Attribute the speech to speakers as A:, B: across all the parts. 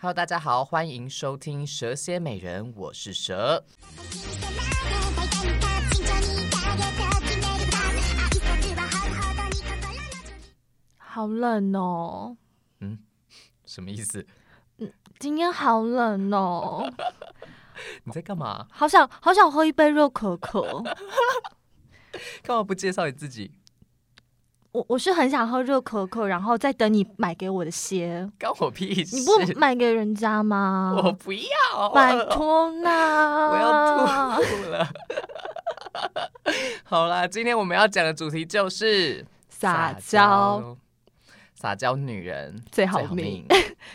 A: Hello，大家好，欢迎收听《蛇蝎美人》，我是蛇。
B: 好冷哦，
A: 什么意思？
B: 今天好冷哦，
A: 你在干嘛？
B: 好想好想喝一杯热可可。
A: 干嘛不介绍你自己？
B: 我我是很想喝热可可，然后再等你买给我的鞋。
A: 关我屁事！
B: 你不买给人家吗？
A: 我不要，
B: 拜托啦！
A: 我要吐了。 好啦，今天我们要讲的主题就是
B: 撒娇，，
A: 撒娇女人
B: 最好 命。。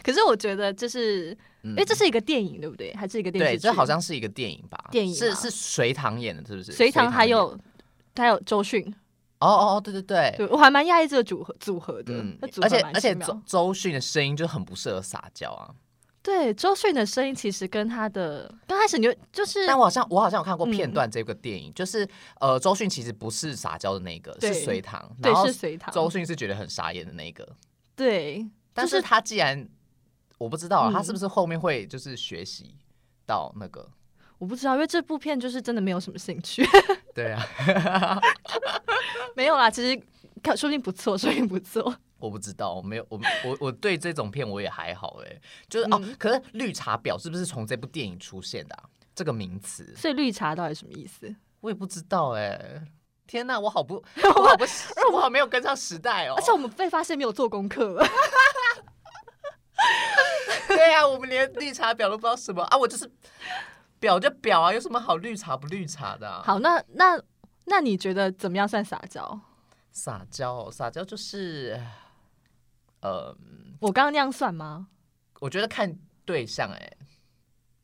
B: 可是我觉得这是，
A: 因
B: 因为这是一个电影，对不对？还是一个电视
A: 嗯对，
B: 剧？
A: 这好像是一个电影吧？
B: 电影
A: 是
B: 吗
A: 是隋唐演的，是不是？
B: 隋唐还
A: 演
B: 有还有周迅，
A: 哦哦哦，对对对，
B: 对我还蛮讶异这个组合组合的，
A: 嗯
B: 那，组合
A: 而且
B: 蛮
A: 而且
B: 奇妙
A: 周周迅的声音就很不适合撒娇啊。
B: 对周迅的声音其实跟她的刚开始你就就是
A: 但我好像我好像有看过片
B: 嗯
A: 段这个电影，就是呃，周迅其实不是撒娇的那个，是
B: 对
A: 隋唐，然
B: 对
A: 后
B: 是隋唐，
A: 周迅是觉得很傻眼的那个。
B: 对，
A: 但
B: 就是
A: 是他既然我不知道啊
B: 嗯
A: 他是不是后面会就是学习到那个，
B: 我不知道，因为这部片就是真的没有什么兴 趣，
A: 对啊，
B: 没有啦，其实看说不定不错，说不定不错，
A: 我不知道，我没有我我我对这种片我也还好哎、就是、哦
B: 嗯，
A: 可是绿茶婊是不是从这部电影出现的、啊、这个名词？
B: 所以绿茶到底什么意思？
A: 我也不知道哎、天呐，我好 不，我好不，我好没有跟上时代哦
B: 而。且我们被发现没有做功课，
A: 对啊，我们连绿茶婊都不知道什么啊，我就是婊就婊啊，有什么好绿茶不绿茶的、啊？
B: 好，那那那你觉得怎么样算撒娇？
A: 撒娇哦，撒娇就是，呃，
B: 我刚刚那样算吗？
A: 我觉得看对象哎、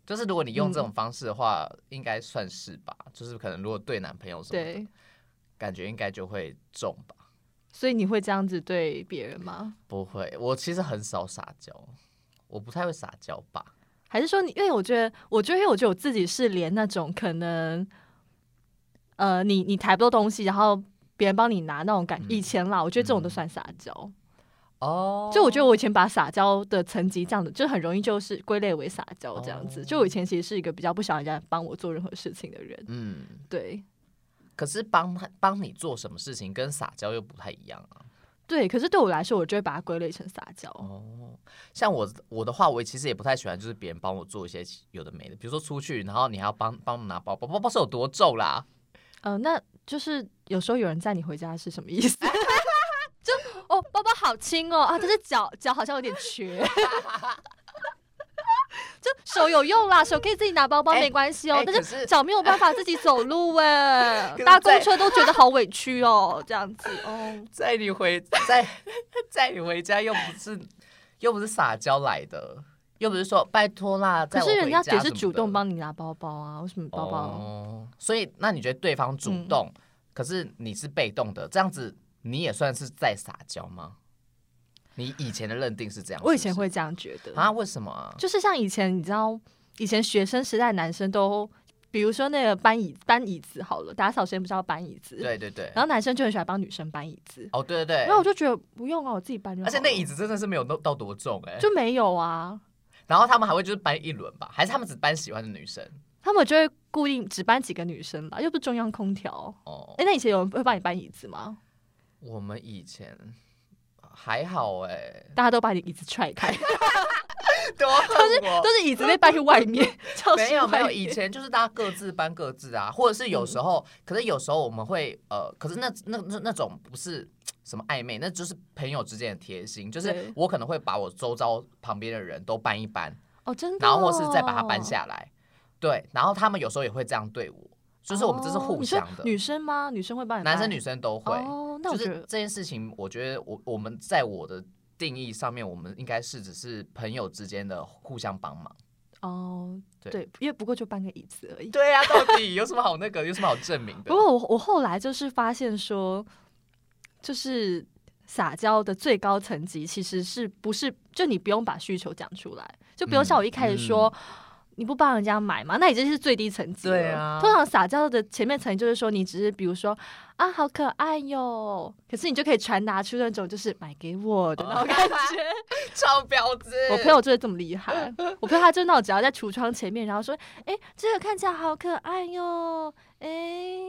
A: 就是如果你用这种方式的话，应该算是吧。就是可能如果对男朋友什么的
B: 对，
A: 感觉应该就会中吧。
B: 所以你会这样子对别人吗？
A: 不会，我其实很少撒娇，我不太会撒娇吧。
B: 还是说你？因为我觉得，我觉得，因为我觉得我自己是连那种可能，呃，你你抬不动东西，然后别人帮你拿那种感，
A: 嗯
B: 以前啦，我觉得这种都
A: 嗯
B: 算撒娇。
A: 哦
B: 就我觉得我以前把撒娇的层级这样子，就很容易就是归类为撒娇这样子。
A: 哦
B: 就我以前其实是一个比较不想人家帮我做任何事情的人，
A: 嗯，
B: 对
A: 可是帮他帮你做什么事情跟撒娇又不太一样啊。
B: 对。可是对我来说，我就会把它归类成撒娇。
A: 哦，像我我的话，我其实也不太喜欢，就是别人帮我做一些有的没的，比如说出去，然后你还要帮帮我拿包包，包包是有多重啦？
B: 呃，那就是有时候有人载你回家是什么意思？ 就哦，包包好轻哦啊，但是脚脚好像有点瘸。 就手有用啦，手可以自己拿包包，
A: 哎
B: 没关系哦。
A: 哎
B: 但
A: 可
B: 是
A: 是
B: 脚没有办法自己 走路哎
A: 可，是
B: 搭
A: 在
B: 公车都觉得好委屈哦，这样子哦。
A: 载你回 载载你回家又不是又不是撒娇来的，又不是说拜托啦，
B: 可
A: 载
B: 是
A: 我
B: 人
A: 回
B: 家
A: 家
B: 也是
A: 什么
B: 主动
A: 的
B: 帮你拿包包啊，为什么包包？
A: 哦，所以那你觉得对方主
B: 嗯
A: 动，可是你是被动的，这样子你也算是在撒娇吗？你以前的认定是这样？
B: 我以
A: 是不
B: 前
A: 是
B: 会这样觉得，
A: 啊？为什么啊？
B: 就是像以前你知道，以前学生时代男生都，比如说那个搬椅搬椅子好了，打扫时间不是要搬椅子，
A: 对对对。
B: 然后男生就很喜欢帮女生搬椅子，
A: 哦，对对对。
B: 然后我就觉得不用啊，我自己搬就
A: 而
B: 好了
A: 且那椅子真的是没有到到多重哎、
B: 就没有啊，
A: 然后他们还会就是搬一轮吧，还是他们只搬喜欢的女生？
B: 他们就会固定只搬几个女生啦，又不是中央空调。
A: 哦，
B: 哎、那以前有人会帮你搬椅子吗？
A: 我们以前还好哎、
B: 大家都把你椅子踹开，
A: 哦多恨啊我
B: 都是椅子被搬去外面，教 室
A: 没有没有，
B: 外
A: 以
B: 面
A: 前就是大家各自搬各自啊，或者是有时候，可是有时候我们会呃，可是那那那那种不是什么暧昧，那就是朋友之间的贴心，就是
B: 对
A: 我可能会把我周遭旁边的人都搬一搬，
B: 哦，真的、
A: 然
B: 哦，
A: 后或是再把它搬下来，对，然后他们有时候也会这样对我，就是我们这是
B: 哦
A: 互
B: 你说
A: 相的，
B: 女生吗？女生会帮你搬？
A: 男生女生都会。
B: 哦，那
A: 就
B: 我觉
A: 是
B: 得
A: 这件事情，我觉得我我们在我的定义上面，我们应该是只是朋友之间的互相帮忙。
B: 哦，
A: 对
B: 对，因为不过就搬个椅子而已。
A: 对呀、到底有什么好那个，有什么好证明的
B: 不？过我我后来就是发现说，就是撒娇的最高层
A: 嗯
B: 级其实是不是就你不用把需求讲出来，就比如像我一开始说。你不帮人家买嘛，那已经是最低层级了。
A: 对啊
B: 通常撒娇的前面层就是说，你只是比如说啊，好可爱哟，可是你就可以传达出那种就是买给我的那种感觉。
A: 超婊子。
B: 我朋友就是这么厉害，我朋友他就那种只要在橱窗前面，然后说，哎、这个看起来好可爱哟，哎、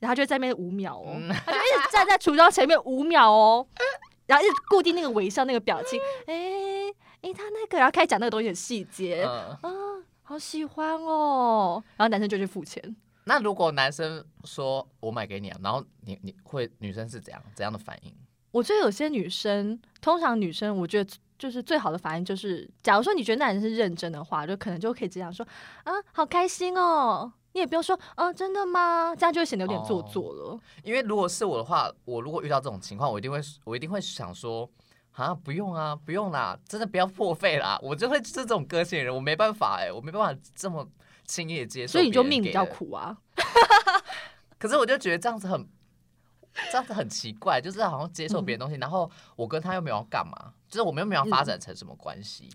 B: 然后就在那边五秒哦，
A: 嗯
B: 他就一直站在橱窗前面五秒哦，然后一直固定那个微笑那个表情，哎、哎、他那个，然后开始讲那个东西的细节，
A: 嗯，
B: 啊，好喜欢哦。然后男生就去付钱，
A: 那如果男生说我买给你啊，然后你你会女生是怎样怎样的反应？
B: 我觉得有些女生，通常女生，我觉得就是最好的反应就是，假如说你觉得那人是认真的话，就可能就可以这样说啊，好开心哦。你也不用说，啊，真的吗？这样就会显得有点做作了。
A: 因为如果是我的话，我如果遇到这种情况，我一定会我一定会想说。啊，不用啊，不用啦，真的不要破费啦！我就会是这种个性的人，我没办法哎、我没办法这么轻易的接受。
B: 所以你就命比较。苦啊。
A: 可是我就觉得这样子很，这样子很奇怪，就是好像接受别的
B: 嗯
A: 东西，然后我跟他又没有要干嘛，就是我们又没有要发展成什么关系，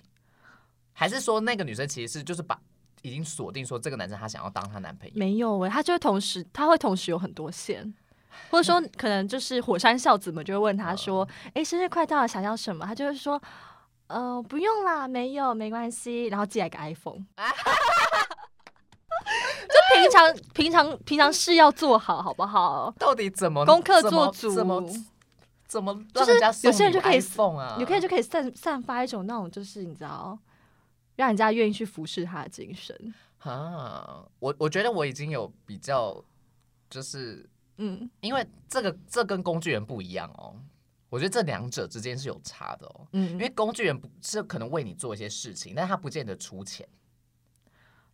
A: 还是说那个女生其实是就是把已经锁定说这个男生他想要当她男朋友，
B: 没有诶、欸他就会同时，他会同时有很多线，或者说
A: 嗯
B: 可能就是火山孝子们就会问他
A: 哦
B: 说：“诶，生日快到了，想要什么？”他就会说：“呃，不用啦，没有，没关系。”然后寄来个 iPhone。就平常平常平常事要做好，好不好？
A: 到底怎么
B: 功课做足，
A: 怎么怎么怎么让
B: 就是
A: 人家送
B: 有些人
A: 你
B: 就可以
A: iPhone 啊？
B: 有可以就可以散散发一种那种就是你知道，让人家愿意去服侍他的精神。
A: 啊，我我觉得我已经有比较，就是
B: 嗯，
A: 因为这个这跟工具人不一样哦，我觉得这两者之间是有差的哦。
B: 嗯
A: 因为工具人不是可能为你做一些事情，但他不见得出钱。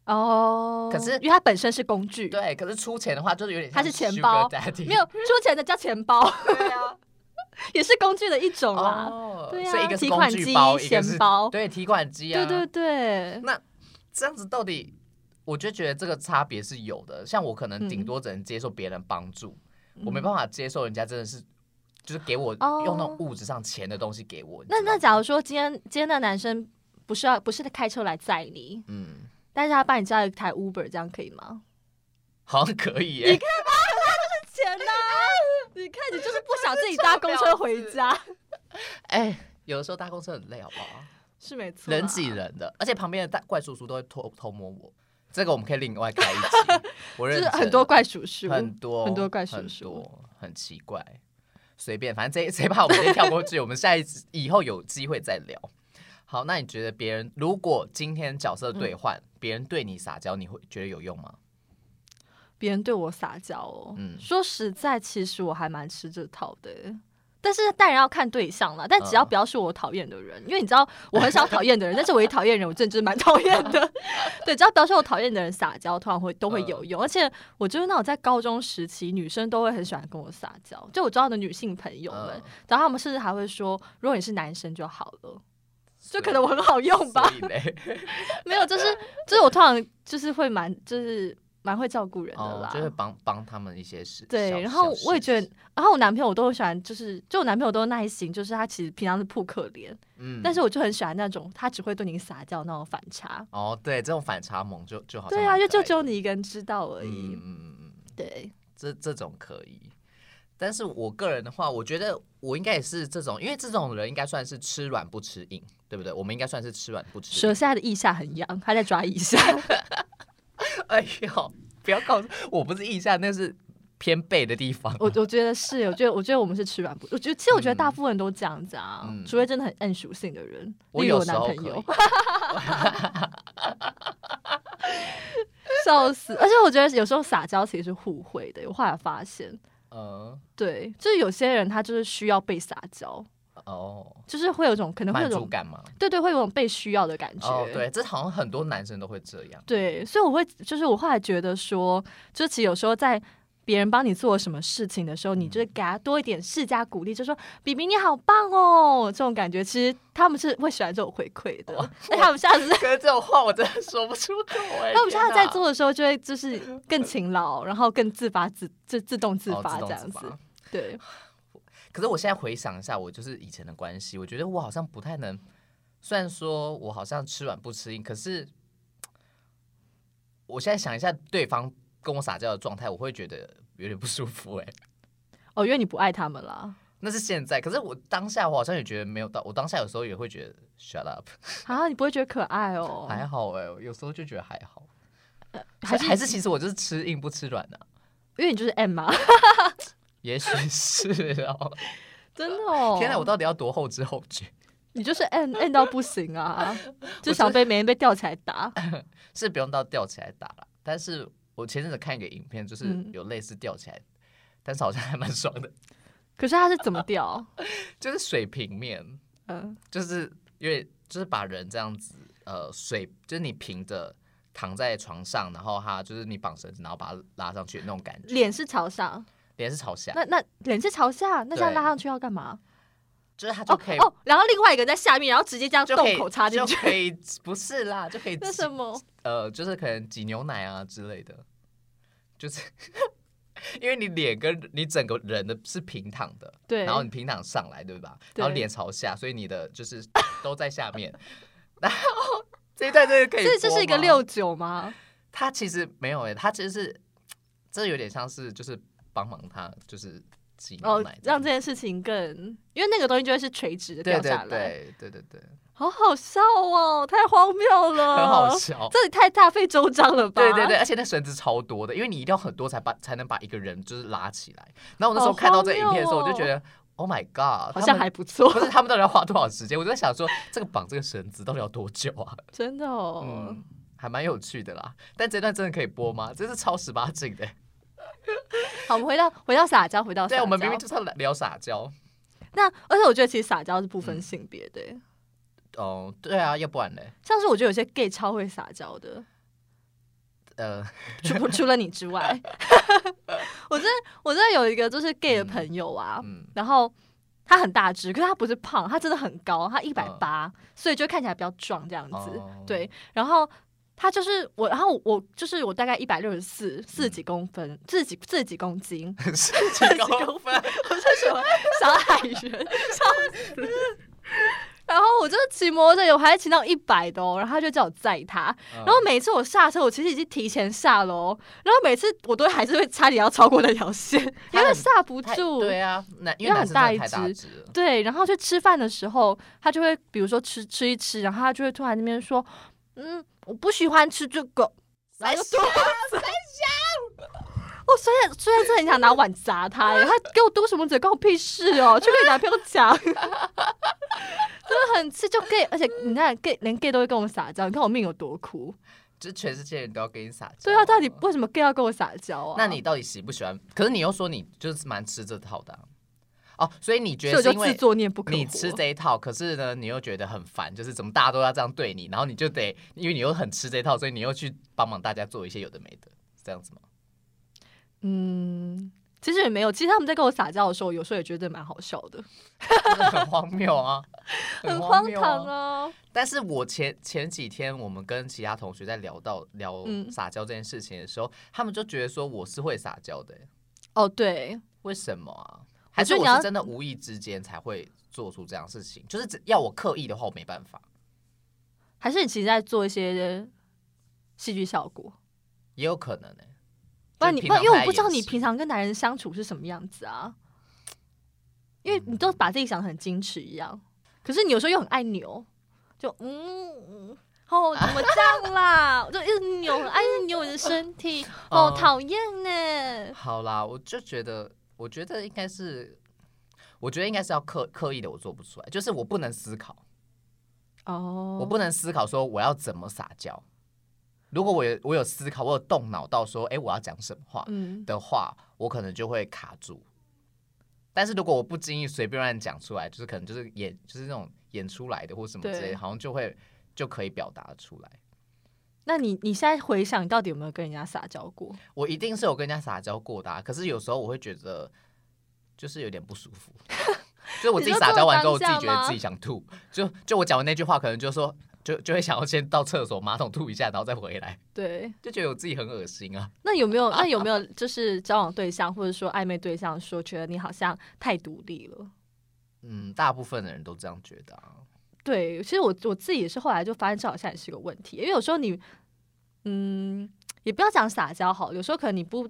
B: 哦，
A: 可是
B: 因为它本身是工具，
A: 对，可是出钱的话，就是有点
B: 它
A: 像
B: 是钱
A: sugar
B: 包
A: daddy
B: 没有出钱的叫钱包，
A: 对啊，
B: 也是工具的一种啦。
A: 哦，
B: 对啊
A: 所以一个是
B: 提
A: 工
B: 款
A: 具
B: 机
A: 包，一个
B: 钱
A: 是
B: 包
A: 对提款机啊，
B: 对对对，
A: 这样子到底，我就觉得这个差别是有的。像我可能顶
B: 嗯
A: 多只能接受别人帮助，我没
B: 嗯
A: 办法接受人家真的是就是给我
B: 哦
A: 用那种物质上钱的东西给我。你
B: 那
A: 知道
B: 那
A: 吗
B: 假如说今天今天的男生不是要不是开车来载你，
A: 嗯，
B: 但是他帮你叫一台 Uber，这样可以吗？
A: 好像可以耶、
B: 钱呢、 你看你就是不想自己搭公车回家，
A: 哎、有的时候搭公车很累，好不好？
B: 是没错啊。
A: 人挤人的，而且旁边的大怪叔叔都会偷偷摸我。这个我们可以另外开一集，我
B: 就
A: 认
B: 是
A: 真
B: 很多怪叔叔，
A: 很多
B: 很多怪叔
A: 很
B: 叔
A: 多很奇怪，随便，反正这 谁把我们先跳过去，我们下一次以后有机会再聊。好，那你觉得别人如果今天角
B: 嗯
A: 色兑换，别、人对你撒娇，你会觉得有用吗？
B: 别人对我撒娇哦。
A: 嗯
B: 说实在，其实我还蛮吃这套的。但是当然要看对象啦，但只要
A: 嗯
B: 不要是我讨厌的人，因为你知道我很少讨厌的人，但是我一讨厌人，我真的就是蛮讨厌 的。对，只要不要是我讨厌的人撒娇，通常会都会
A: 嗯
B: 有用。而且我就是那种在高中时期，女生都会很喜欢跟我撒娇，就我知道的女性朋友们，
A: 嗯
B: 然后他们甚至还会说，如果你是男生就好了，
A: 所
B: 就
A: 以
B: 可能我很好用吧
A: 所。以 嘞，
B: 没有，就是就是我通常就是会蛮就是蛮会照顾人的
A: 哦
B: 啦，，
A: 就会帮帮他们一些事。小
B: 对，然后我也觉，
A: 小
B: 得
A: 事，
B: 然后我男朋友我都会喜欢，就是就我男朋友都耐心，就是他其实平常是扑克脸，
A: 嗯
B: 但是我就很喜欢那种他只会对你撒娇那种反差。
A: 哦，对，这种反差萌就就好像
B: 对啊，
A: 蛮
B: 就
A: 哦可
B: 就
A: 爱
B: 只有
A: 的
B: 你一个人知道而
A: 嗯
B: 已。
A: 嗯嗯嗯。
B: 对，
A: 这这种可以。但是我个人的话，我觉得我应该也是这种，因为这种人应该算是吃软不吃硬，对不对？我们应该算是吃软不吃
B: 蛇
A: 硬。
B: 现在的腋下很痒，他在抓腋下。
A: 哎呦，不要告诉我不是腋下，那是偏背的地方。
B: 我我觉得是，我觉得我觉得我们是吃软不，我觉得其实我觉得
A: 嗯
B: 大部分人都这样子啊，
A: 嗯
B: 除非真的很暗属性的人，
A: 我
B: 例如
A: 有
B: 我
A: 时
B: 男
A: 候
B: 朋
A: 可
B: 友
A: 以。，
B: 笑死！而且我觉得有时候撒娇其实是互惠的，我后来发现，
A: 嗯，
B: 对，就是有些人他就是需要被撒娇，
A: 哦，
B: 就是会有一种可能会有
A: 满
B: 一
A: 足
B: 种
A: 感嘛。
B: 对对，会有种被需要的感觉。
A: 哦，对，这好像很多男生都会这 样。
B: 对所以我会就是我后来觉得说，就其实有时候在。别人帮你做什么事情的时候，你就是
A: 嗯
B: 给他多一点施加鼓励，就说“比比你好棒哦”，这种感觉，其实他们是会喜欢这种回馈的。那、他们下次，
A: 可是这种话我真的说不出口哎。
B: 他们下次
A: 天
B: 在
A: 哪
B: 做的时候，就会就是更勤劳，然后更自发自自自动自
A: 哦
B: 发
A: 动
B: 这样
A: 自
B: 子。
A: 发
B: 对，
A: 可是我现在回想一下，我就是以前的关系，我觉得我好像不太能。虽然说我好像吃软不吃硬，可是我现在想一下对方跟我撒娇的状态，我会觉得有点不舒服哎、
B: 哦，因为你不爱他们啦
A: 那是现在，可是我当下我好像也觉得没有到，我当下有时候也会觉得 shut up，、
B: 啊，你不会觉得可爱哦？
A: 还好哎、有时候就觉得还好，
B: 还是
A: 还是其实我就是吃硬不吃软的、
B: 因为你就是 M 嘛，
A: 也许是哦。
B: 真的哦。
A: 天哪，我到底要多后知后觉？
B: 你就是 M M 到不行 啊，就想被别人被吊起来打。
A: 是不用到吊起来打了，但是我前阵子看一个影片，就是
B: 嗯
A: 有类似吊起来，但是好像还蛮爽的，
B: 可是他是怎么 吊？
A: 就是水平面，
B: 嗯，
A: 就是因为就是把人这样子，呃，水就是你平着躺在床上，然后他就是你绑绳子，然后把它拉上去那种感觉，
B: 脸是朝上，
A: 脸是朝下，
B: 那那脸是朝下，那这样
A: 对
B: 拉上去要干嘛？
A: 就是他就
B: 哦
A: 可以、
B: 哦，然后另外一个在下面，然后直接这样
A: 就可以
B: 洞口插进去
A: 就。 可以不是啦，就可以
B: 那
A: 挤
B: 什么？
A: 呃，就是可能挤牛奶啊之类的，就是 因为你脸跟你整个人的是平躺的，
B: 对
A: 然后你平躺上来，对吧？然后
B: 对
A: 脸朝下，所以你的就是 都在下面。 然后这一段真的可以，
B: 这这是一个六，九吗？
A: 他其实没有诶、欸他其实是这有点像是就是帮忙他就是挤牛
B: 哦
A: 奶，这样
B: 让这件事情更，因为那个东西就会是垂直的
A: 对
B: 掉
A: 对
B: 下来，
A: 对对对对，
B: 好好笑哦，太荒谬了，
A: 很好笑。
B: 哦这也太大费周章了吧？
A: 对对对，，而且那绳子超多的，因为你一定要很多才把才能把一个人就是拉起来。然后我那时候
B: 好
A: 看到
B: 荒
A: 这影片的时候，
B: 谬
A: 我就觉
B: 哦
A: 得 Oh my God，
B: 好
A: 他
B: 像
A: 们
B: 还不 错，
A: 不是他们到底要花多少时间？我就在想说，这个绑这个绳子到底要多久啊？
B: 真的哦
A: 嗯。，还蛮有趣的啦。但这段真的可以播吗？这是超十八禁的。
B: 好，我们回到回到撒娇，回哦到 撒
A: 对，啊
B: 娇。
A: 我们明明就是要聊撒娇。
B: 那，而且我觉得其实撒娇是不
A: 嗯
B: 分性别的、
A: 哦，对啊，要不然呢？
B: 像是我觉得有些 gay 超会撒娇的，
A: 呃，
B: 除 除了你之外， 我真的我真的有一个就是 gay 的朋友啊，
A: 嗯，
B: 然后他很大只，可是他不是胖，他真的很高，他一百八，所以就看起来比较壮这样子。
A: 嗯哦，
B: 对，然后他就是我，然后我就是我大概一百六十四，四十几公分，四十几四十几公斤
A: 是几公嗯分？
B: 我是什么小矮人，笑死了然后我就骑摩托车，我还骑到一百的哦，然后他就叫我载他。
A: 然
B: 然后每次我下车，我其实已经提前下楼、然后每次我都还是会差点要超过那条线，因
A: 他
B: 为
A: 很
B: 下不住。
A: 对啊，那因
B: 因
A: 为男
B: 为很
A: 生
B: 大
A: 真的
B: 一
A: 太大
B: 只
A: 只了。
B: 对，然后去吃饭的时候，他就会比如说吃吃一吃，然后他就会突然那边说，嗯，我不喜欢吃这个，然后就
A: 三
B: 嘟嘴。我虽然虽然真的很想拿碗砸他耶，他给我嘟什么嘴，关我屁事哦！去跟你男朋友讲， 真的很气，就 gay，而且你看 gay 连 gay 都会跟我撒娇，你看我命有多苦。
A: 就是全世界人都要跟你撒娇。
B: 对啊，到底为什么 gay 要跟我撒娇啊？
A: 那你到底喜不喜欢？可是你又说你就是蛮吃这套的啊、哦，所以你觉
B: 所以
A: 得
B: 我
A: 是
B: 就
A: 因
B: 自
A: 为
B: 作孽不可活。
A: 你吃这一套，可是呢，你又觉得很烦，就是怎么大家都要这样对你，然后你就得，因为你又很吃这一套，所以你又去帮忙大家做一些有的没的，是这样子吗？
B: 嗯，其实也没有，其实他们在跟我撒娇的时候，有时候也觉得蛮好笑的。
A: 真的很荒谬啊，
B: 很
A: 荒
B: 荒
A: 谬
B: 唐
A: 啊！
B: 啊！
A: 但是我前前几天我们跟其他同学在聊到聊
B: 嗯
A: 撒娇这件事情的时候，他们就觉得说我是会撒娇的欸、
B: 哦，对，
A: 为什么啊？还
B: 我觉
A: 是
B: 得你
A: 我
B: 要
A: 是真的无意之间才会做出这样的事情？就是只要我刻意的话，我没办法。
B: 还是你其实在做一些戏剧效果，
A: 也有可能呢、
B: 不然
A: 就
B: 你
A: 平
B: 不
A: 常
B: 然因为
A: 在
B: 我不知道
A: 演
B: 你
A: 戏
B: 平常跟男人相处是什么样子啊，因为你
A: 嗯
B: 都把自己想的很矜持一样，可是你有时候又很爱扭，就嗯。嗯哦，怎么这样啦？ 我就一直扭，很爱扭我的身体，哦
A: 哦，
B: 讨厌呢。
A: 好啦，我就觉得，我觉得应该是，我觉得应该是要刻刻意的，我做不出来，就是我不能思考，
B: 哦，
A: 我不能思考说我要怎么撒娇。如果我有我有思考，我有动脑到说，哎、我要讲什么话
B: 嗯，
A: 的话，我可能就会卡住。但是如果我不经意随便乱讲出来，就是可能就是演就是那种演出来的或什么之类
B: 对
A: 的，好像就会就可以表达出来。
B: 那你你现在回想，你到底有没有跟人家撒娇过？
A: 我一定是有跟人家撒娇过的、啊，可是有时候我会觉得就是有点不舒 服，就是我自己撒娇完之后，我
B: 你
A: 自
B: 说
A: 己觉
B: 做当下吗
A: 得自己想吐，就就我讲完那句话，可能就说就就会想要先到厕所马桶吐一下，然后再回来，
B: 对，
A: 就觉得我自己很恶心啊。
B: 那有没 有那有没有就是交往对象或者说暧昧对象说觉得你好像太独立了？
A: 嗯，大部分的人都这样觉得、啊，
B: 对，其实我我自己也是后来就发现这好像也是个问题，因为有时候你嗯，也不要讲撒娇好，有时候可能你不，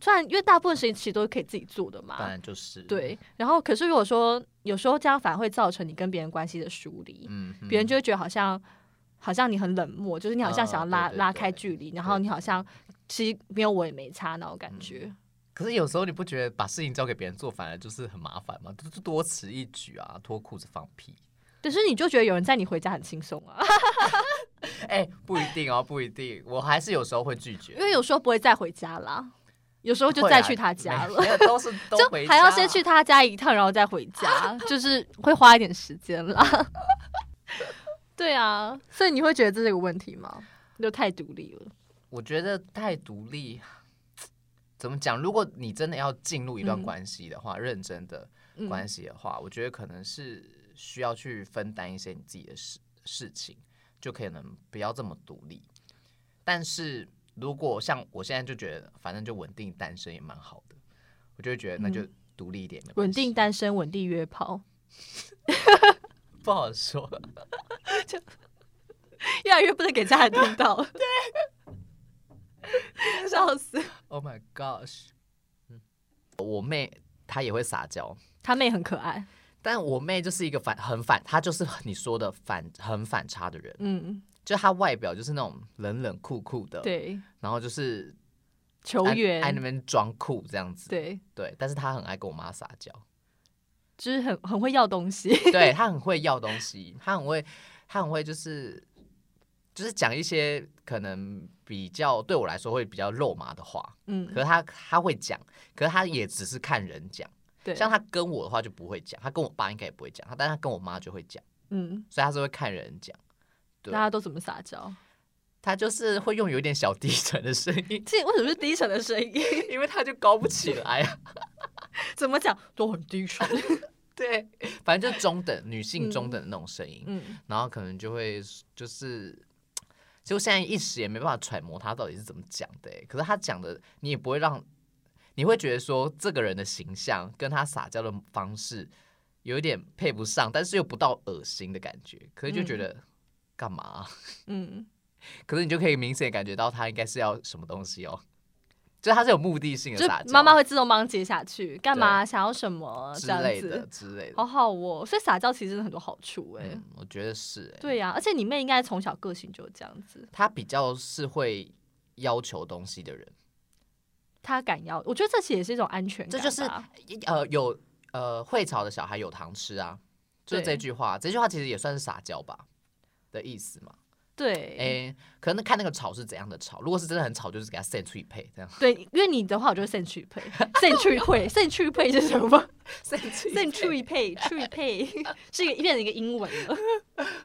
B: 虽然因为大部分事情其实都是可以自己做的
A: 当
B: 嘛，
A: 然就是，
B: 啊对。然后可是如果说有时候这样反而会造成你跟别人关系的疏离，
A: 嗯，嗯，
B: 别人就会觉得好像好像你很冷漠，就是你好像想要
A: 嗯
B: 拉、
A: 对对
B: 拉
A: 对嗯
B: 开距离，然后你好像其实没有我也没差那种感觉。
A: 可是有时候你不觉得把事情交给别人做，反而就是很麻烦吗？就是多此一举啊，脱裤子放屁。
B: 但是你就觉得有人在你回家很轻松啊，
A: 哎、不一定哦，不一定，我还是有时候会拒绝，
B: 因为有时候不会再回家啦，有时候就
A: 会
B: 再
A: 啊
B: 去他家
A: 没
B: 了。
A: 没有都 是都
B: 就
A: 回
B: 还要
A: 家
B: 先去他家一趟，然后再回 家，就是会花一点时间啦。 对啊，所以你会觉得这是一个问题吗？就太独立了，
A: 我觉得太独立，怎么讲？如果你真的要进入一段
B: 嗯
A: 关系的话，认真的
B: 嗯
A: 关系的话，我觉得可能是需要去分担一些你自己的事事情，就可能不要这么独立。但是如果像我现在就觉得，反正就稳定单身也蛮好的，我就会觉得那就独立一点，没关
B: 嗯稳定
A: 系
B: 单身，稳定约炮，
A: 不好说。
B: 越来越不能给家人听到。 对，笑死，
A: Oh my gosh！嗯，我妹她也会撒娇，
B: 他妹很可爱，
A: 但我妹就是一个反很反，她就是你说的反很反差的人，
B: 嗯，
A: 就她外表就是那种冷冷酷酷的，，
B: 对，
A: 然后就是
B: 球
A: 爱爱那
B: 员，
A: 边装酷这样子，
B: 对，
A: 对，但是她很爱跟我妈撒 娇，
B: 就是很很会要东西，
A: 对她很会要东西，她很会，她很会就是就是讲一些可能比较对我来说会比较肉麻的话，
B: 嗯
A: 可，是她她会讲，可是她也只是看人讲，
B: 对，
A: 像她跟我的话就不会讲，她跟我爸应该也不会讲，她但她跟我妈就会讲，
B: 嗯，
A: 所以她是会看人讲。对
B: 大家都怎么撒娇？
A: 他就是会用有一点小低沉的声音，
B: 这为什么是低沉的声音？
A: 因为他就高不起来啊。
B: 怎么讲都很低沉，
A: 对，反正就中等女性中等的那种声音，
B: 嗯，
A: 然后可能就会就是，其实我现在一时也没办法揣摩他到底是怎么讲的欸。可是他讲的，你也不会让，你会觉得说这个人的形象跟他撒娇的方式有一点配不上，但是又不到恶心的感觉，可是就觉得。干嘛啊、
B: 嗯。
A: 可是你就可以明显感觉到他应该是要什么东西哦，就是他是有目的性的
B: 就
A: 撒娇。
B: 妈妈会自动帮接下去，干嘛想要什么这
A: 之
B: 样
A: 类的
B: 子，
A: 之类的。
B: 好好哦。所以撒娇其实真的很多好处哎、
A: 嗯，我觉得是、欸，
B: 对呀、而且你妹应该从小个性就是这样子，
A: 他比较是会要求东西的人，
B: 她敢要，我觉得这其实也是一种安全
A: 这
B: 感吧，
A: 就是呃有呃会吵的小孩有糖吃啊，就是
B: 对
A: 这句话，这句话其实也算是撒娇吧的意思嘛。
B: 对、
A: 哎、可能看那个吵是怎样的吵，如果是真的很吵，就是给他 send 出一配这样
B: 对，因为你的话，我就会肾去 配，肾去配，肾去配是什 么？
A: send 出
B: 肾去配，去配 是一个变成一个英文了，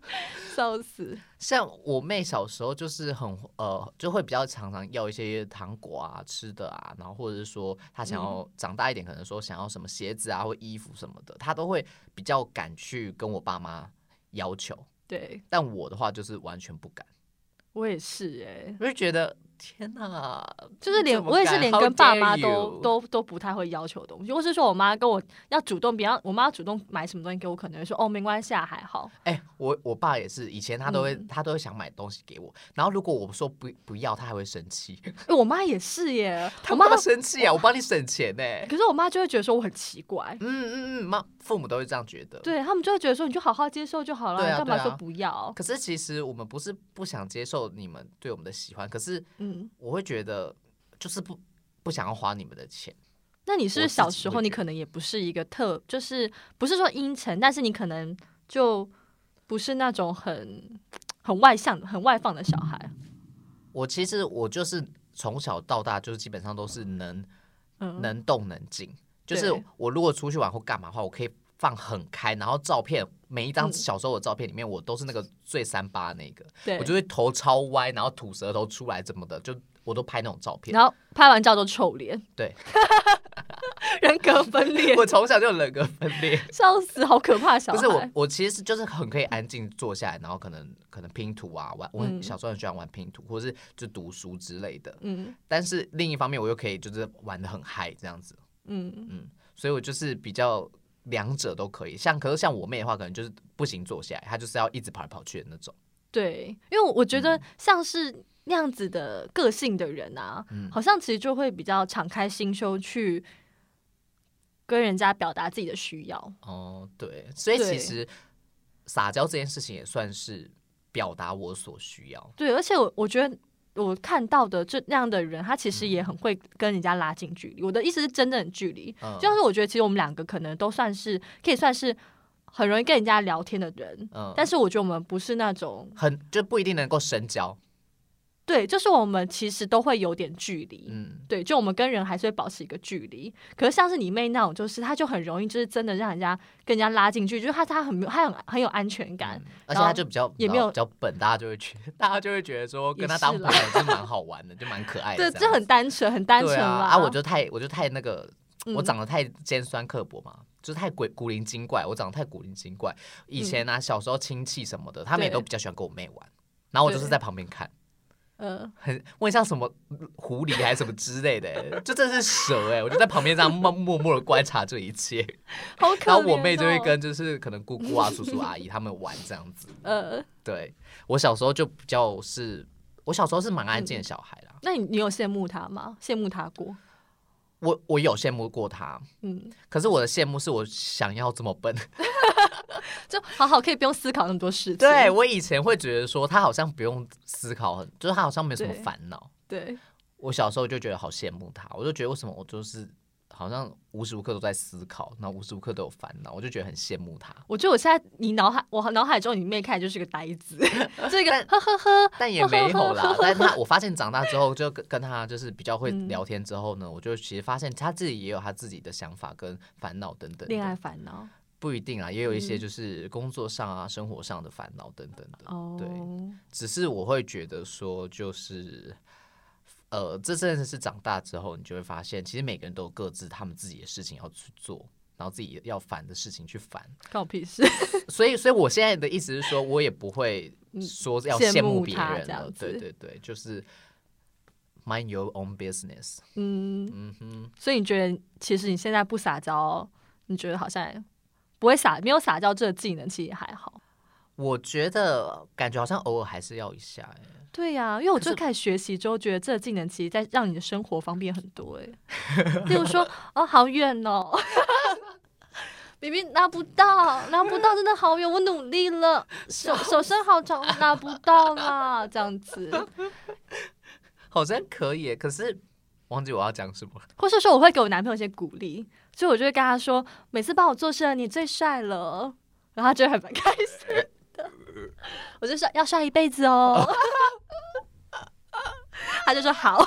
B: 笑死。
A: 像我妹小时候就是很呃，就会比较常常要一些糖果啊、吃的啊，然后或者是说她
B: 嗯
A: 想要长大一点，可能说想要什么鞋子啊或衣服什么的，她都会比较敢去跟我爸妈要求。
B: 对
A: 但我的话就是完全不敢，
B: 我也是哎、
A: 我就觉得天哪，
B: 就是连
A: 你怎么
B: 我也是
A: 敢
B: 连
A: How
B: 跟爸妈
A: dare
B: 都
A: you
B: 都都不太会要求东西，或是说我妈跟我要主动，比方我妈要主动买什么东西给我，可能会说哦没关系啊还好，
A: 哎、我我爸也是，以前他都会、
B: 嗯
A: 他都会想买东西给我，然后如果我说不不要，他还会生气，
B: 哎我妈也是耶，我
A: 他
B: 妈
A: 妈生气啊，我帮你省钱呢、
B: 可是我妈就会觉得说我很奇怪，
A: 嗯嗯嗯，妈父母都会这样觉得，
B: 对他们就会觉得说你就好好接受就好了，
A: 对啊
B: 你干嘛
A: 对啊
B: 说不要？
A: 可是其实我们不是不想接受你们对我们的喜欢，可是
B: 嗯，
A: 我会觉得就是不不想要花你们的钱。
B: 那你是不
A: 我
B: 是
A: 自
B: 小
A: 己
B: 时
A: 会
B: 候你
A: 觉
B: 可能也不是一个特，就是不是说阴沉，但是你可能就不是那种很很外向、很外放的小孩，
A: 我其实我就是从小到大就是基本上都是能
B: 嗯，
A: 能动能静，就是
B: 对
A: 我如果出去玩或干嘛的话，我可以放很开，然后照片每一张
B: 嗯
A: 小时候的照片里面，我都是那个最三八那个，
B: 对
A: 我，就会头超歪，然后吐舌头出来怎么的，就我都拍那种照片。
B: 然后拍完照都臭脸，
A: 对，
B: 人格分裂，
A: 我从小就有人格分裂。
B: 笑死，好可怕！小
A: 不
B: 孩
A: 是我，我其实就是很可以安静坐下来，然后可能可能拼图啊，玩我很
B: 嗯
A: 小时候很喜欢玩拼图，或是就读书之类的。
B: 嗯
A: 但是另一方面，我又可以就是玩的很嗨这样子，
B: 嗯，
A: 所以我就是比较两者都可以。像可是像我妹的话，可能就是不行坐下来，她就是要一直跑来跑去的那种。
B: 嗯对，因为我我觉得像是那样子的个性的人啊，
A: 嗯
B: 好像其实就会比较敞开心胸去跟人家表达自己的需要。
A: 哦，对，所以其
B: 对
A: 实撒娇这件事情也算是表达我所需要。
B: 对，而且我我觉得。我看到的这那样的人，他其实也很会跟人家拉近距离。我的意思是真正的距离，
A: 嗯，
B: 就像是我觉得其实我们两个可能都算是可以算是很容易跟人家聊天的人，
A: 嗯
B: 但是我觉得我们不是那种
A: 很就不一定能够深交。
B: 对，就是我们其实都会有点距离。
A: 嗯，
B: 对，就我们跟人还是会保持一个距离。可是像是你妹那种，就是她就很容易，就是真的让人家跟人家拉近距离，就是她她很没有她很很有安全感。
A: 嗯而且
B: 然后
A: 他就比较
B: 也没有
A: 比较笨，大家就会觉得大家就会觉得说跟他
B: 也是
A: 当朋
B: 啦
A: 友是蛮好玩的，就蛮可爱
B: 对，
A: 的。
B: 这很单纯，很单
A: 嗯对
B: 纯
A: 啊，
B: 啦。
A: 啊，我就太我就太那个，
B: 嗯
A: 我长得太尖酸刻薄嘛，就是太鬼古灵精怪，我长得太古灵精怪。以前啊，小时候亲戚什么的，他们也
B: 嗯对
A: 都比较喜欢跟我妹玩，然后我就是
B: 对
A: 在旁边看。
B: 呃，
A: 很，我很像什么狐狸还是什么之类的、欸，就真的是蛇哎、我就在旁边这样默默默的观察这一切，
B: 好可怜、哦
A: 然后我妹就会跟就是可能姑姑啊、叔叔阿姨他们玩这样子。
B: 呃，
A: 对我小时候就比较是，我小时候是蛮安静
B: 嗯
A: 的小孩啦，
B: 那你你有羡慕她吗？羡慕她过？
A: 我我有羡慕过他，
B: 嗯，
A: 可是我的羡慕是我想要这么笨。
B: 就好好可以不用思考那么多事情。
A: 对我以前会觉得说他好像不用思考很，就是他好像没有什么
B: 对
A: 烦恼。
B: 对
A: 我小时候就觉得好羡慕他，我就觉得为什么我就是好像无时无刻都在思考，然后无时无刻都有烦恼，我就觉得很羡慕他。
B: 我觉得我现在你脑海我脑海中你妹看起来就是个呆子， 这个呵呵呵，
A: 但也没有啦，但他我发现长大之后，就跟跟他就是比较会
B: 嗯
A: 聊天之后呢，我就其实发现他自己也有他自己的想法跟烦恼等等的。
B: 恋爱烦恼
A: 不一定啦，也有一些
B: 嗯
A: 就是工作上啊、生活上的烦恼等等的。
B: 哦。
A: 对只是我会觉得说，就是呃，这真的是长大之后，你就会发现，其实每个人都有各自他们自己的事情要去做，然后自己要烦的事情去烦。
B: 关我屁事。
A: 所以，所以我现在的意思是说，我也不会说要
B: 嗯羡
A: 羡
B: 慕
A: 慕别
B: 他
A: 人
B: 这
A: 了。
B: 样子
A: 对对对，就是 mind your own business。
B: 嗯，
A: 嗯哼，
B: 所以你觉得，其实你现在不撒娇，你觉得好像不会撒，没有撒娇这个技能，其实也还好。
A: 我觉得感觉好像偶尔还是要一下、欸。
B: 对呀、因为我
A: 可是
B: 就开始学习之后，觉得这个技能其实在让你的生活方便很多、欸。例如 说，哦，好远哦， 明明拿不到，拿不到，真的好远，我努力了，手手伸好长，拿不到啦，这样子，
A: 好像可以耶，欸可是忘记我要讲什么了。
B: 或是说我会给我男朋友一些鼓励，所以我就会跟他说，每次帮我做事的你最帅了，然后他就会很蛮开心的。我就说要帅一辈子哦， 他就说好。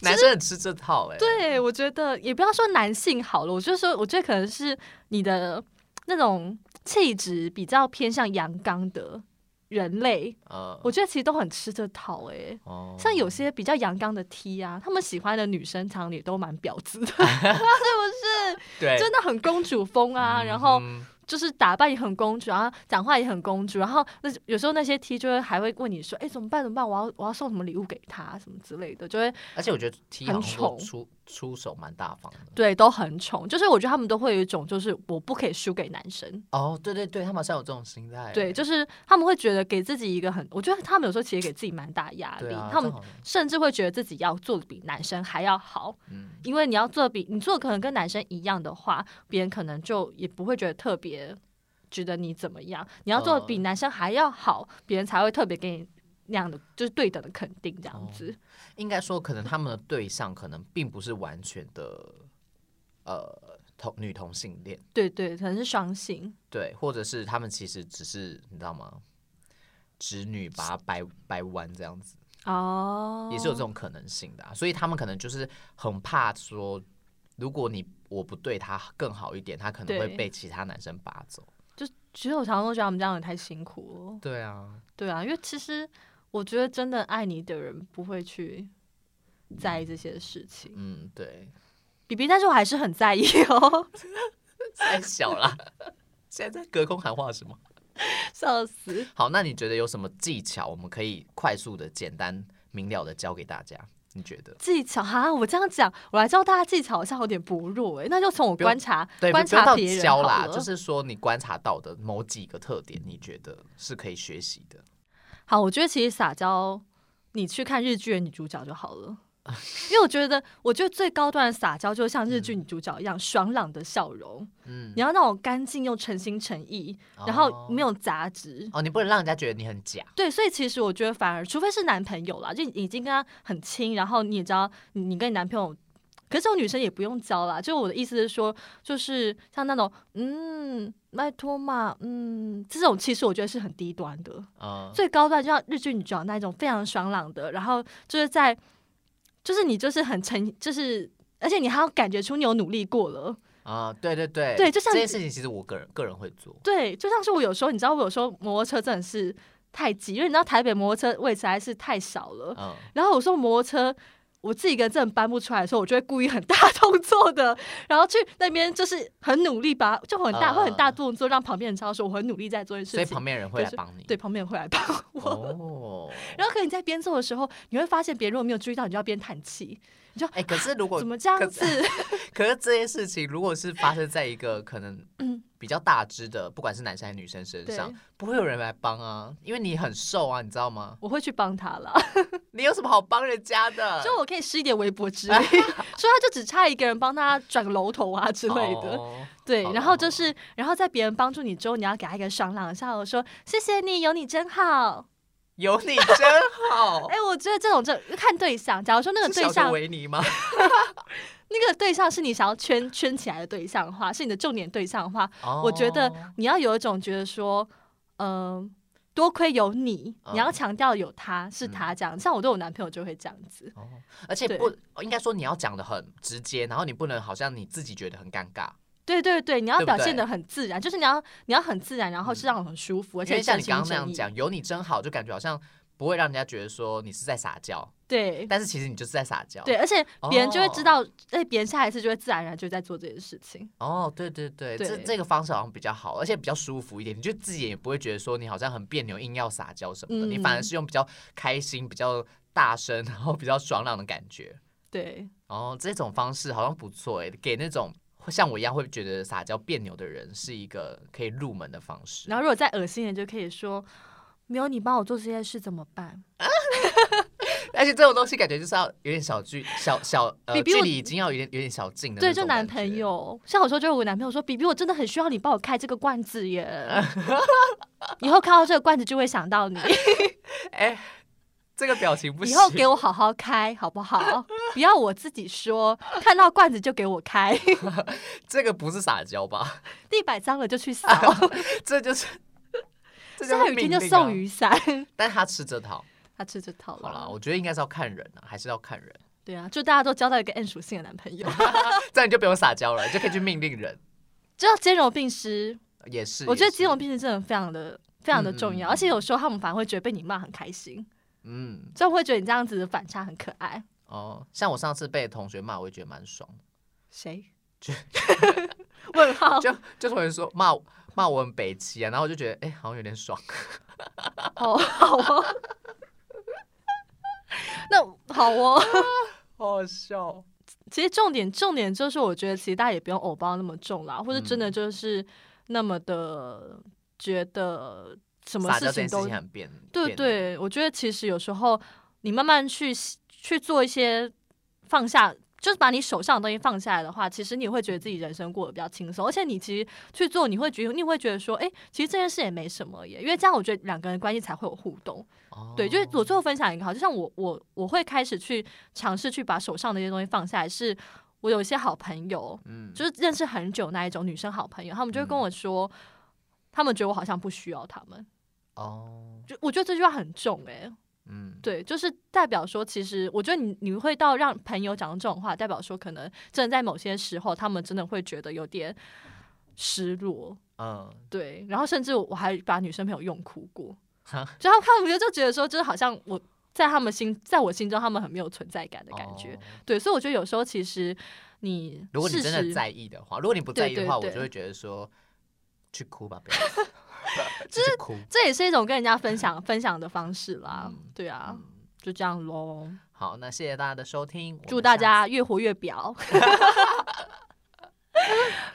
A: 男生很吃这套哎、，
B: 对，我觉得也不要说男性好了，我就说，我觉得可能是你的那种气质比较偏向阳刚的人类，
A: 呃，
B: 我觉得其实都很吃这套哎、
A: 哦
B: 像有些比较阳刚的 T 啊，他们喜欢的女生常常也都蛮婊子的， 是不是？
A: 对
B: 真的很公主风啊，然后
A: 哎嗯
B: 就是打扮也很公主，然后讲话也很公主，然后那有时候那些 T 就会还会问你说，哎、怎么办？怎么办？我要我要送什么礼物给他什么之类的，就会
A: 而且我觉得 T 好像都
B: 很丑
A: 出出手蛮大方的。
B: 对都很宠，就是我觉得他们都会有一种就是我不可以输给男生，
A: 哦，对对对，他们好像有这种心态。
B: 对，就是他们会觉得给自己一个很，我觉得他们有时候其实给自己蛮大压
A: 对
B: 力，
A: 啊，
B: 他们
A: 这样好像
B: 甚至会觉得自己要做的比男生还要好，
A: 嗯
B: 因为你要做得比你做得可能跟男生一样的话，别人可能就也不会觉得特别觉得你怎么样。你要做得比
A: 哦
B: 男生还要好，别、人才会特别给你那样的就是对等的肯定这样子。
A: 哦应该说可能他们的对象可能并不是完全的呃同女同性恋，
B: 对对，可能是双性，
A: 对，或者是他们其实只是你知道吗？直女把它掰掰弯这样子。
B: 哦，
A: 也是有这种可能性的、啊，所以他们可能就是很怕说，如果你我不对他更好一点，他可能会
B: 对
A: 被其他男生拔走。
B: 其实我常常都觉得他们这样也太辛苦了。
A: 对啊，
B: 对啊，因为其实我觉得真的爱你的人不会去在意这些事情。
A: 嗯，对，
B: 比比，但是我还是很在意哦，
A: 太小了。 现在在隔空喊话是吗？
B: 笑死。
A: 好，那你觉得有什么技巧我们可以快速的、简单明了的教给大家？你觉得？
B: 技巧哈，我这样讲，我来教大家技巧好像有点薄弱哎、那就从我
A: 不用
B: 观察
A: 对，不
B: 观
A: 不用
B: 察
A: 到
B: 别人
A: 教
B: 好
A: 啦，
B: 了，
A: 就是说你观察到的某几个特点，你觉得是可以学习的。
B: 好，我觉得其实撒娇，你去看日剧的女主角就好了，因为我觉得，我觉得最高端的撒娇就像日剧女主角一样、爽朗的笑容，
A: 嗯
B: 你，要那种干净又诚心诚意，然
A: 哦
B: 后没有杂质。
A: 哦，你不能让人家觉得你很假，
B: 对，所以其实我觉得，反而除非是男朋友啦，就已经跟他很亲，然后你也知道，你你跟你男朋友，可是这种女生也不用教啦。就我的意思是说，就是像那种，嗯，拜托嘛，嗯，这种其实我觉得是很低端的，
A: 嗯，
B: 最高端就像日剧女主角那一种非常爽朗的，然后就是在，就是你就是很诚，就是而且你还要感觉出你有努力过了。
A: 啊，对对对，
B: 对就像
A: 这件事情，其实我个人个人会做，
B: 对，就像是我有时候，你知道我有时候摩托车真的是太挤，因为你知道台北摩托车位实在是太少了。
A: 嗯，
B: 然后有时候摩托车我自己一个人真的搬不出来的时候，我就会故意很大动作的， 然后去那边就是很努力把，就很大、
A: 嗯
B: 会很大动作，让旁边人知道说我很努力在做这件
A: 所以
B: 事
A: 旁
B: 情。
A: 边人会来帮你，
B: 对，旁边人会来帮 我。
A: 哦，
B: 然后可能你在边做的时候，你会发现别人如果没有注意到，你就要边叹气，
A: 哎，可是如果
B: 怎么这样
A: 可
B: 子？
A: 可是这些事情，如果是发生在一个可能比较大只的，不管是男生还是女生身上
B: 嗯对，
A: 不会有人来帮啊，因为你很瘦啊，你知道吗？
B: 我会去帮 他了，
A: 你有什么好帮人家的？
B: 所以我可以施一点微薄
A: 哎
B: 之力，所以他就只差一个人帮他转个楼头啊之类的。
A: 哦
B: 对
A: 好，啦
B: 然
A: 好
B: 后就是，然后在别人帮助你之后，你要给他一个爽朗的笑容，说谢谢你，有你真好。
A: 有你真好
B: 哎、。我觉得这种就看对象，假如说那个
A: 哦是
B: 对
A: 小
B: 象
A: 的，维尼吗？
B: 那个对象是你想要圈圈起来的对象的话，是你的重点对象的话， 我觉得
A: 哦
B: 你要有一种觉得说，嗯、多亏有你，
A: 嗯
B: 你要强调有他是他这样。像我对我男朋友就会这样子，
A: 哦，而且不应该说你要讲的很直接，然后你不能好像你自己觉得很尴尬，
B: 对对对，你要
A: 对不
B: 表现
A: 对
B: 的很自然，就是你要你要很自然，然后是
A: 嗯
B: 让我很舒服，而
A: 因
B: 且
A: 为像
B: 真
A: 你
B: 心
A: 刚刚那
B: 诚
A: 样
B: 意。
A: 讲，有你真好，就感觉好像不会让人家觉得说你是在撒娇，
B: 对
A: 但是其实你就是在撒娇。
B: 对，而且别人就会
A: 哦
B: 知道，哎、别人下一次就会自然而然就在做这件事情。
A: 哦，对对对，这
B: 对
A: 这个方式好像比较好，而且比较舒服一点，你就自己也不会觉得说你好像很别扭，硬要撒娇什么的，你反而
B: 嗯
A: 是用比较开心、比较大声，然后比较爽朗的感觉。
B: 对，
A: 哦，这种方式好像不错诶，给那种像我一样会觉得撒娇别扭的人是一个可以入门的方式
B: 然。后如果再恶心一点，就可以说，没有你帮我做这件事怎么办？
A: 而且这种东西感觉就是要有点小距小小呃
B: 比比
A: 距
B: 我
A: 离已经要有点有点小近的
B: 对，
A: 那
B: 就
A: 种
B: 男
A: 感
B: 朋
A: 觉。
B: 友，像有时候就有我男朋友说：“比比，我真的很需要你帮我开这个罐子耶。” 以后看到这个罐子就会想到你，
A: 哎、这个表 情不行。
B: 以后给我好好开，好不好？不要我自己说，看到罐子就给我开，
A: 这个不是撒娇吧？
B: 地板脏了就去扫，
A: 这就是。这就
B: 下
A: 是
B: 雨天
A: 命
B: 就
A: 令啊
B: 送雨哦伞。
A: 但他吃这套，
B: 他吃这套
A: 好啦，
B: 了，
A: 我觉得应该是要看人啊，还是要看人，
B: 对啊，祝大家都交到一个 N 属性的男朋友，
A: 这样你就不用撒娇了，你就可以去命令人，
B: 就要兼容并施。
A: 也是。
B: 我觉
A: 也
B: 得
A: 是
B: 兼容，并施真的非常的非常的
A: 嗯
B: 重要，
A: 嗯
B: 而且有时候他们反而会觉得被你骂很开心，
A: 嗯，
B: 就会觉得你这样子的反差很可爱。
A: 哦，像我上次被同学骂，我也觉得蛮爽的，
B: 谁
A: 就？
B: 问号，
A: 就就同学说骂我骂我很北齐啊，然后我就觉得哎、好像有点爽，
B: 好好哦。 那好哦，
A: 好好笑。
B: 其实重点重点就是，我觉得其实大家也不用偶包那么重啦，或者真的就是那么的觉得什么
A: 撒娇
B: 事
A: 这件
B: 情
A: 事
B: 都
A: 情很变，
B: 对
A: 变
B: 对，我觉得其实有时候你慢慢去去做一些放下，就是把你手上的东西放下来的话，其实你会觉得自己人生过得比较轻松，而且你其实去做，你会觉得你会觉得说，哎、其实这件事也没什么耶，因为这样我觉得两个人关系才会有互动。
A: 哦
B: 对，就是我最后分享一个好，就像我我我会开始去尝试去把手上的一些东西放下来，是我有一些好朋友，
A: 嗯
B: 就是认识很久那一种女生好朋友，他们就会跟
A: 嗯
B: 我说，他们觉得我好像不需要他们。
A: 哦
B: 就我觉得这句话很重诶、
A: 嗯
B: 对，就是代表说，其实我觉得你你会到让朋友讲这种话，代表说可能真的在某些时候，他们真的会觉得有点失落，
A: 嗯
B: 对。然后甚至我还把女生朋友用哭过，
A: 哈
B: 就他他们就觉得说，就是好像我在他们心，在我心中他们很没有存在感的感觉，
A: 哦
B: 对。所以我觉得有时候其实你
A: 如果你
B: 适
A: 真的
B: 时
A: 在意的话，如果你不在意的
B: 对对
A: 话，
B: 对
A: 我就会觉得说去哭吧，不要 就去哭。
B: 这也是一种跟人家分享分享的方式啦，
A: 嗯
B: 对啊，
A: 嗯
B: 就这样喽。
A: 好，那谢谢大家的收听，我
B: 祝
A: 们
B: 大
A: 下
B: 家越活越表，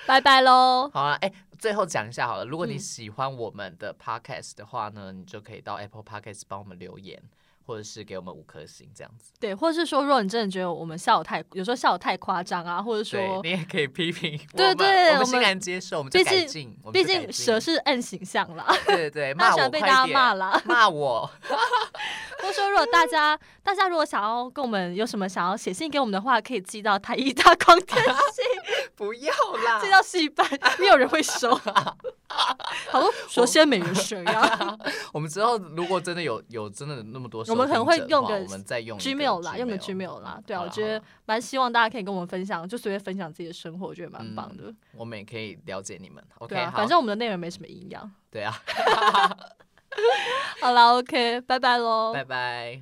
B: 拜拜喽。
A: 好啊，哎、最后讲一下好了，如果你
B: 嗯
A: 喜欢我们的 podcast 的话呢，你就可以到 Apple Podcast 帮我们留言，或者是给我们五颗星这样子。
B: 对，或者是说，如果你真的觉得我们笑得太，有时候笑得太夸张啊，或者
A: 对
B: 说
A: 你，也可以批评我
B: 对
A: 们，
B: 对
A: 我
B: 我
A: 们欣
B: 们
A: 然接受，我们就
B: 毕
A: 改
B: 竟
A: 进，我们
B: 毕
A: 就改
B: 竟蛇
A: 进
B: 是 N 形象啦，
A: 对对对，
B: 那
A: 骂
B: 喜
A: 我
B: 欢被
A: 快
B: 大家
A: 点
B: 骂啦。
A: 骂我，
B: 或者说，如果大家大家如果想要跟我们有什么想要写信给我们的话，可以寄到台一大光电信，
A: 不要 啦
B: 寄。到戏班，没有人 会收。好多蛇仙美人蛇
A: 嗯
B: 呀
A: 我们之后如果真的有有真的那么多收
B: 我
A: 听者的话，
B: 们可能会用个
A: 我们再用一个
B: ，Gmail 啦，用个
A: Gmail
B: Gmail 啦，对啊，
A: 好
B: 我
A: 啦
B: 觉得
A: 好
B: 蛮希望大家可以跟我们分享，就随便分享自己的生活，我觉得
A: 嗯
B: 蛮棒的。
A: 我们也可以了解你们。OK，
B: 对啊，
A: 好
B: 反正我们的内容没什么营养。
A: 对啊，
B: 好啦 o k 拜拜喽。
A: 拜拜。